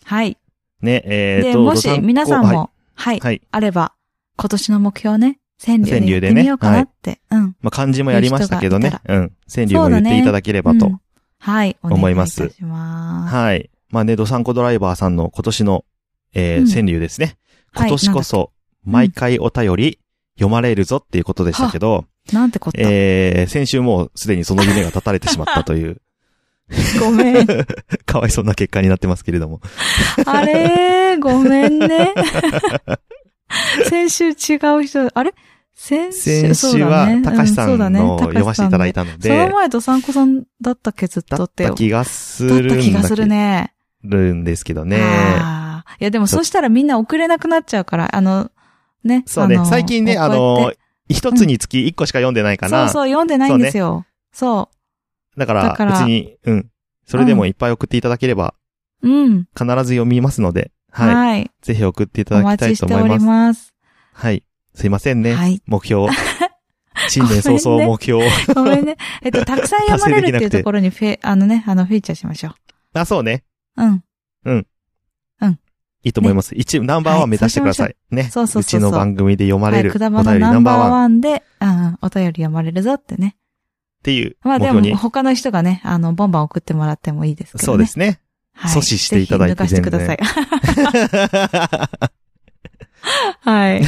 [SPEAKER 2] はい。
[SPEAKER 1] う。ね、えー
[SPEAKER 2] で、
[SPEAKER 1] と、
[SPEAKER 2] も
[SPEAKER 1] どさ
[SPEAKER 2] し、
[SPEAKER 1] こ
[SPEAKER 2] 皆さん
[SPEAKER 1] は
[SPEAKER 2] も、はい
[SPEAKER 1] い。、はい。
[SPEAKER 2] あれば、今年の目標ね、川柳で言ってみようかなって。うん。
[SPEAKER 1] まあ、漢字もやりましたけど
[SPEAKER 2] いい
[SPEAKER 1] ね
[SPEAKER 2] 人。
[SPEAKER 1] うん。川柳も言っていただければ
[SPEAKER 2] う
[SPEAKER 1] と
[SPEAKER 2] ん。はい。お願
[SPEAKER 1] 思い
[SPEAKER 2] いい
[SPEAKER 1] ま
[SPEAKER 2] た
[SPEAKER 1] す
[SPEAKER 2] します。
[SPEAKER 1] はい。まあね、ドサンコドライバーさんの今年の、えー
[SPEAKER 2] うん
[SPEAKER 1] 川柳ですね。
[SPEAKER 2] は
[SPEAKER 1] 今
[SPEAKER 2] い
[SPEAKER 1] 年こそ、毎回お便り、読まれるぞっていうことでしたけど、
[SPEAKER 2] なんてこと。
[SPEAKER 1] えー、先週もうすでにその夢が断たれてしまったという、
[SPEAKER 2] ごめん。
[SPEAKER 1] かわいそうな結果になってますけれども。
[SPEAKER 2] あれー、ごめんね。先週違う人、あれ先週、
[SPEAKER 1] 先週は、高橋さんの読ませていただいた
[SPEAKER 2] た
[SPEAKER 1] の
[SPEAKER 2] その
[SPEAKER 1] で、
[SPEAKER 2] 前、どさんこさんだったっけ、ずっ
[SPEAKER 1] だ
[SPEAKER 2] と
[SPEAKER 1] っ
[SPEAKER 2] って。
[SPEAKER 1] た気がす
[SPEAKER 2] だった
[SPEAKER 1] る
[SPEAKER 2] 気
[SPEAKER 1] ん
[SPEAKER 2] が
[SPEAKER 1] だ
[SPEAKER 2] す
[SPEAKER 1] け
[SPEAKER 2] るね。
[SPEAKER 1] るんですけどね。
[SPEAKER 2] あーいや、でもそうしたらみんな送れなくなっちゃうから、あの、ね。
[SPEAKER 1] そうね
[SPEAKER 2] あ、の
[SPEAKER 1] 最近ね、
[SPEAKER 2] こう
[SPEAKER 1] あ
[SPEAKER 2] やって
[SPEAKER 1] の、一つにつき一個しか読んでないか
[SPEAKER 2] そう
[SPEAKER 1] ら、
[SPEAKER 2] そう、読んでないんですよ。そ
[SPEAKER 1] だか
[SPEAKER 2] だからら
[SPEAKER 1] 別に、うん。それでもいっぱい送っていただければ、
[SPEAKER 2] う。うん。
[SPEAKER 1] 必ず読みますので、はい。
[SPEAKER 2] はい。
[SPEAKER 1] ぜひ送っていた
[SPEAKER 2] お
[SPEAKER 1] だきた
[SPEAKER 2] 待
[SPEAKER 1] い
[SPEAKER 2] ち
[SPEAKER 1] と
[SPEAKER 2] して
[SPEAKER 1] 思い
[SPEAKER 2] お
[SPEAKER 1] ま
[SPEAKER 2] り
[SPEAKER 1] す。
[SPEAKER 2] ます。
[SPEAKER 1] はい。すいませんね。
[SPEAKER 2] はい
[SPEAKER 1] 目 標。新年早
[SPEAKER 2] ご
[SPEAKER 1] 々
[SPEAKER 2] めんね
[SPEAKER 1] 目標 を。
[SPEAKER 2] ごめんね。えっと、たくさん読まれるっていうところにフェ、あのね、あの、フィーチャーしましょ
[SPEAKER 1] あ、そうね。
[SPEAKER 2] う。うん。
[SPEAKER 1] いいと思います。一、ナンバーワン目指してください。ね。
[SPEAKER 2] そうそうそ
[SPEAKER 1] ち
[SPEAKER 2] うそう
[SPEAKER 1] の番組で読ま
[SPEAKER 2] は
[SPEAKER 1] れ
[SPEAKER 2] い、
[SPEAKER 1] る。
[SPEAKER 2] くだば
[SPEAKER 1] お
[SPEAKER 2] の
[SPEAKER 1] 便り
[SPEAKER 2] ナ
[SPEAKER 1] ナ
[SPEAKER 2] ン
[SPEAKER 1] ン
[SPEAKER 2] バ
[SPEAKER 1] バー
[SPEAKER 2] ー
[SPEAKER 1] ワンっ
[SPEAKER 2] ワンで、うん、お便り読まれるぞってね。
[SPEAKER 1] ていう
[SPEAKER 2] ま
[SPEAKER 1] 目
[SPEAKER 2] あで
[SPEAKER 1] 標に
[SPEAKER 2] も、。他の人がね、あの、バンバン送ってもらってもいいですけどね。
[SPEAKER 1] そうですね。
[SPEAKER 2] はい。
[SPEAKER 1] 阻止していただいて
[SPEAKER 2] ぜひ抜かしてください。 はい。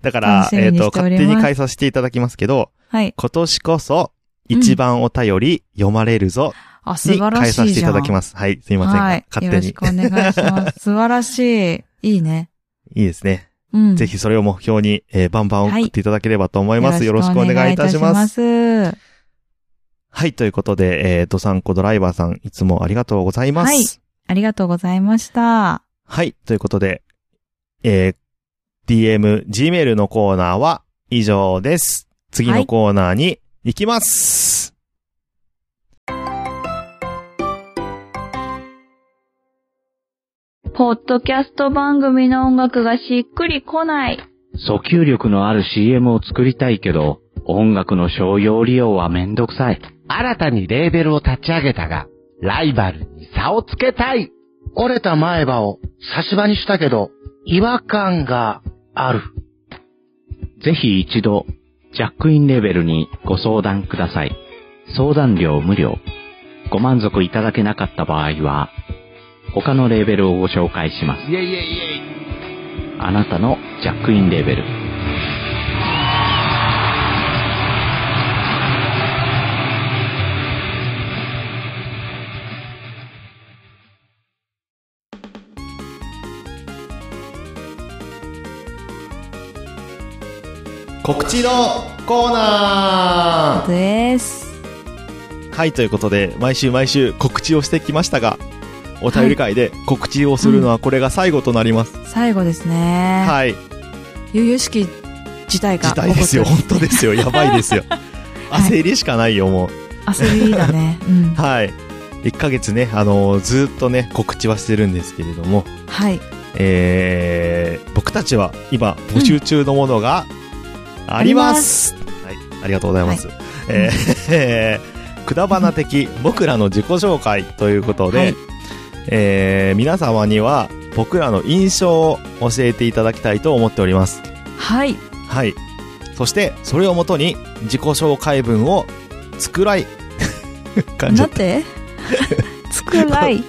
[SPEAKER 1] だから
[SPEAKER 2] 楽、し
[SPEAKER 1] え
[SPEAKER 2] み
[SPEAKER 1] っ
[SPEAKER 2] に
[SPEAKER 1] と、
[SPEAKER 2] しております
[SPEAKER 1] 勝手に変えさせていただきますけど、
[SPEAKER 2] はい。
[SPEAKER 1] 今年こそ、一番お便り読まれるぞ
[SPEAKER 2] あ、素
[SPEAKER 1] に
[SPEAKER 2] 晴
[SPEAKER 1] 変
[SPEAKER 2] ら
[SPEAKER 1] え
[SPEAKER 2] し
[SPEAKER 1] さ
[SPEAKER 2] い
[SPEAKER 1] せてい
[SPEAKER 2] じゃ
[SPEAKER 1] た
[SPEAKER 2] ん。
[SPEAKER 1] だきます。はい、すいません
[SPEAKER 2] は
[SPEAKER 1] が
[SPEAKER 2] い。。
[SPEAKER 1] 勝
[SPEAKER 2] よ
[SPEAKER 1] 手
[SPEAKER 2] ろ
[SPEAKER 1] に。
[SPEAKER 2] し
[SPEAKER 1] い
[SPEAKER 2] くお願いします。素晴らしい。いいね。
[SPEAKER 1] いですね。
[SPEAKER 2] うん。
[SPEAKER 1] ぜひそれを目標に、えーバンバン送っていただければと思います。よろしくお願いいたします。
[SPEAKER 2] す。
[SPEAKER 1] はい、ということで、えー、ドサンコドライバーさん、いつもありがとうございます。
[SPEAKER 2] はいありがとうございました。
[SPEAKER 1] はい、ということで、えー、DM、Gmail のコーナーは以上です。次のコーナーに行きます。
[SPEAKER 5] ポッドキャスト番組の音楽がしっくりこない。
[SPEAKER 3] 訴求力のある CM を作りたいけど、音楽の商用利用はめんどくさい。
[SPEAKER 6] 新たにレーベルを立ち上げたが、ライバルに差をつけたい折れた前歯を差し歯にしたけど、違和感がある。
[SPEAKER 3] ぜひ一度、ジャックインレベルにご相談ください。相談料無料。ご満足いただけなかった場合は、他のレーベルをご紹介します。あなたのジャックインレベル。
[SPEAKER 1] 告知のコーナー
[SPEAKER 2] です。
[SPEAKER 1] はい、ということで、毎週毎週告知をしてきましたが、お便り会で告知をするのはこれが最後となります。
[SPEAKER 2] 最後ですね。
[SPEAKER 1] はい、
[SPEAKER 2] ゆゆしき事態が
[SPEAKER 1] 事
[SPEAKER 2] 起こ
[SPEAKER 1] 態ですよ。本当ですよ。やばいですよ。
[SPEAKER 2] はい
[SPEAKER 1] 焦りしかないよ、もう。
[SPEAKER 2] 焦りだね。う ん。
[SPEAKER 1] はい。1ヶ月ね、あのーずーっとね、告知はしてるんですけれども、
[SPEAKER 2] はい。
[SPEAKER 1] えー、僕たちは今募集中のものがあります。はい、ありがとうございます。えーえー くだばな的僕らの自己紹介ということで、
[SPEAKER 2] はい
[SPEAKER 1] えー皆様には僕らの印象を教えていただきたいと思っております。
[SPEAKER 2] はい。
[SPEAKER 1] はい。そして、それをもとに自己紹介文を作らい、 感じ
[SPEAKER 2] な んて作らい。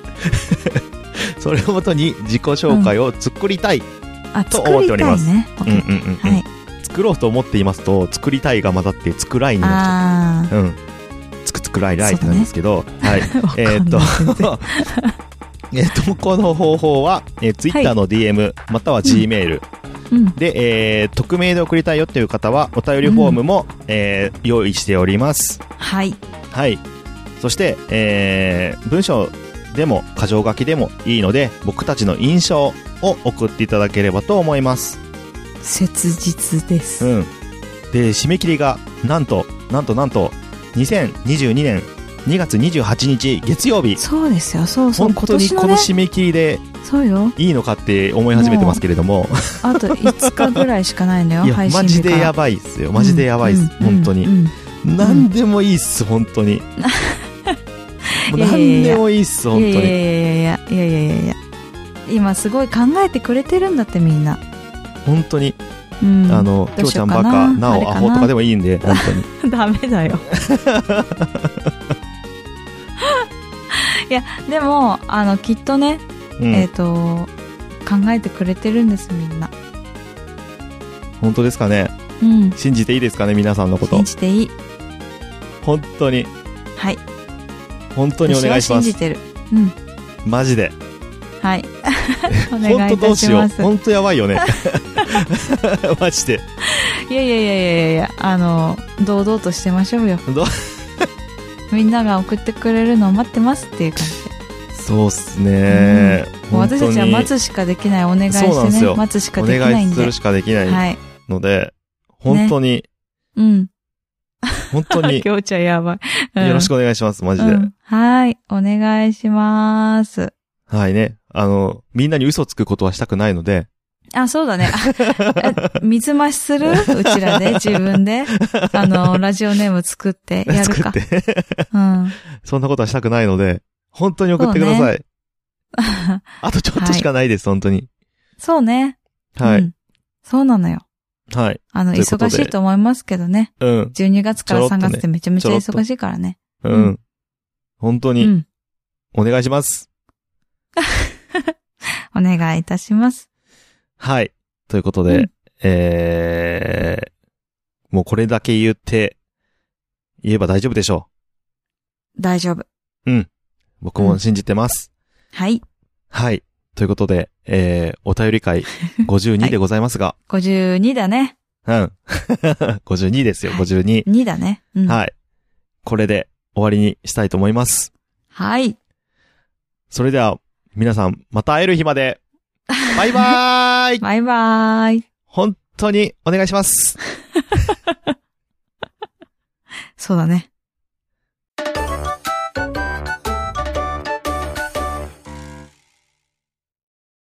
[SPEAKER 1] それをもとに自己紹介を作りたい。
[SPEAKER 2] あ、
[SPEAKER 1] と
[SPEAKER 2] 作
[SPEAKER 1] 思ってお
[SPEAKER 2] り
[SPEAKER 1] り
[SPEAKER 2] た
[SPEAKER 1] ま
[SPEAKER 2] い
[SPEAKER 1] す
[SPEAKER 2] ね。オッケー
[SPEAKER 1] うんうんうんうん
[SPEAKER 2] はい。
[SPEAKER 1] 作ろうと思っていますと、作りたいが混ざって作らいになっちゃう。
[SPEAKER 2] あ
[SPEAKER 1] うん。つくつくらいらいってなんですけど、 はい。
[SPEAKER 2] あ。
[SPEAKER 1] えーっと
[SPEAKER 2] わかんない、
[SPEAKER 1] えー投稿の方法は、えー、Twitter の DM、または Gmail、
[SPEAKER 2] うん。
[SPEAKER 1] で、えー匿名で送りたいよっていう方は、お便りフォームも、えー用意しております。
[SPEAKER 2] はい。
[SPEAKER 1] はい。そして、えー文章でも、箇条書きでもいいので、僕たちの印象を送っていただければと思います。
[SPEAKER 2] 切実で
[SPEAKER 1] う
[SPEAKER 2] す。
[SPEAKER 1] ん。で、締め切りが、なんと、なんとなんと、2022年2月28日月曜日。
[SPEAKER 2] そうですよ、そうそう。
[SPEAKER 1] 本
[SPEAKER 2] 今
[SPEAKER 1] 当に
[SPEAKER 2] 年の
[SPEAKER 1] この
[SPEAKER 2] ね、
[SPEAKER 1] 締め切りで
[SPEAKER 2] そうよ。
[SPEAKER 1] いいのかって思い始めてますけれども。
[SPEAKER 2] あと5日ぐらいしかないのよ、
[SPEAKER 1] いや、
[SPEAKER 2] 配信
[SPEAKER 1] マ
[SPEAKER 2] 日
[SPEAKER 1] ジ
[SPEAKER 2] か
[SPEAKER 1] で
[SPEAKER 2] ら。
[SPEAKER 1] やばいっすよ。マジでやばいっす。
[SPEAKER 2] うん
[SPEAKER 1] 本当
[SPEAKER 2] う
[SPEAKER 1] に。
[SPEAKER 2] ん
[SPEAKER 1] 何でもいいっす、本当 に。もう
[SPEAKER 2] いやいやいや
[SPEAKER 1] 何でもいいっす、本
[SPEAKER 2] い
[SPEAKER 1] 当
[SPEAKER 2] やい
[SPEAKER 1] に。
[SPEAKER 2] やいやいやいやいやいやいや今すごい考えてくれてるんだってみんな。
[SPEAKER 1] 本当に。
[SPEAKER 2] うん、
[SPEAKER 1] あの、き
[SPEAKER 2] ど
[SPEAKER 1] ょ
[SPEAKER 2] う
[SPEAKER 1] う
[SPEAKER 2] し
[SPEAKER 1] ちゃ
[SPEAKER 2] ようんか
[SPEAKER 1] バ
[SPEAKER 2] な
[SPEAKER 1] カ、な
[SPEAKER 2] あれ
[SPEAKER 1] お
[SPEAKER 2] か
[SPEAKER 1] ア
[SPEAKER 2] な
[SPEAKER 1] ホとかでもいいん で、本当に。
[SPEAKER 2] ダメだよ。いやでもあのきっとね、
[SPEAKER 1] うん、
[SPEAKER 2] えっ、と考えてくれてるんですみんな。
[SPEAKER 1] 本当ですかね。
[SPEAKER 2] うん。
[SPEAKER 1] 信じていいですかね、皆さんのこと
[SPEAKER 2] 信。じていい。
[SPEAKER 1] 本当に、
[SPEAKER 2] はい。
[SPEAKER 1] 本当にお願いします
[SPEAKER 2] 私は信じ。てる。うん。
[SPEAKER 1] マジで。
[SPEAKER 2] はい。お願い
[SPEAKER 1] 本当ど
[SPEAKER 2] いた
[SPEAKER 1] う
[SPEAKER 2] し
[SPEAKER 1] しよ
[SPEAKER 2] ま
[SPEAKER 1] う。
[SPEAKER 2] す。
[SPEAKER 1] 本当やばいよね。 マジで。
[SPEAKER 2] いやいやいやいやいやあの、堂々としてましょうよ。
[SPEAKER 1] ど
[SPEAKER 2] みんなが送ってくれるのを待ってますっていう感じで。
[SPEAKER 1] そうっすね。
[SPEAKER 2] もう
[SPEAKER 1] 本当
[SPEAKER 2] 私
[SPEAKER 1] に
[SPEAKER 2] たちは待つしかできない。お願いして
[SPEAKER 1] そうなんです
[SPEAKER 2] ね。
[SPEAKER 1] よ
[SPEAKER 2] 待つしか
[SPEAKER 1] お
[SPEAKER 2] できな
[SPEAKER 1] 願
[SPEAKER 2] い
[SPEAKER 1] い
[SPEAKER 2] ん
[SPEAKER 1] す
[SPEAKER 2] で
[SPEAKER 1] る。しかできない
[SPEAKER 2] はい。
[SPEAKER 1] ので、本当に、
[SPEAKER 2] うん。
[SPEAKER 1] 本当に、よ
[SPEAKER 2] 今日ちゃんやばい。 うん
[SPEAKER 1] ろしくお願いします、マジで。
[SPEAKER 2] うんはい。お願いします。
[SPEAKER 1] はいね。あの、みんなに嘘つくことはしたくないの で、
[SPEAKER 2] あ、そうだね。あえ水増し するうちらで、自分で。あの、ラジオネーム作ってやる
[SPEAKER 1] 作
[SPEAKER 2] か
[SPEAKER 1] っ。て、
[SPEAKER 2] うん。
[SPEAKER 1] そんなことはしたくないので、本当に送ってくだ
[SPEAKER 2] そ
[SPEAKER 1] さい。あとちょっとしかないです、本当に。
[SPEAKER 2] そうね。
[SPEAKER 1] は
[SPEAKER 2] う
[SPEAKER 1] い。
[SPEAKER 2] んそうなのよ。
[SPEAKER 1] はい。
[SPEAKER 2] あの、
[SPEAKER 1] ということで
[SPEAKER 2] 忙しいと思いますけどね。
[SPEAKER 1] うん。
[SPEAKER 2] 12月から
[SPEAKER 1] ちょろっ
[SPEAKER 2] 3
[SPEAKER 1] とね
[SPEAKER 2] 月ってめちゃめち
[SPEAKER 1] ちょ
[SPEAKER 2] ゃ
[SPEAKER 1] ろっと
[SPEAKER 2] 忙しいからね。
[SPEAKER 1] う。
[SPEAKER 2] うん
[SPEAKER 1] 本当
[SPEAKER 2] う
[SPEAKER 1] に、
[SPEAKER 2] ん。
[SPEAKER 1] お願いします。
[SPEAKER 2] お願いいたします。
[SPEAKER 1] はい。ということ
[SPEAKER 2] う
[SPEAKER 1] で
[SPEAKER 2] ん、
[SPEAKER 1] えー、もうこれだけ言って、言えば大丈夫でしょ
[SPEAKER 2] 大丈夫。
[SPEAKER 1] う。僕も信じてます。
[SPEAKER 2] はい。
[SPEAKER 1] はい。ということで、えー、お便り 会52でございますが、
[SPEAKER 2] 52だね。
[SPEAKER 1] うん。52ですよ、
[SPEAKER 2] はい
[SPEAKER 1] 52。
[SPEAKER 2] 2だね。うん。
[SPEAKER 1] はい。これで終わりにしたいと思います。
[SPEAKER 2] はい。
[SPEAKER 1] それでは、皆さん、また会える日ま で。バイバーイ
[SPEAKER 2] バイバーイ。
[SPEAKER 1] 本当にお願いします。
[SPEAKER 2] そうだね。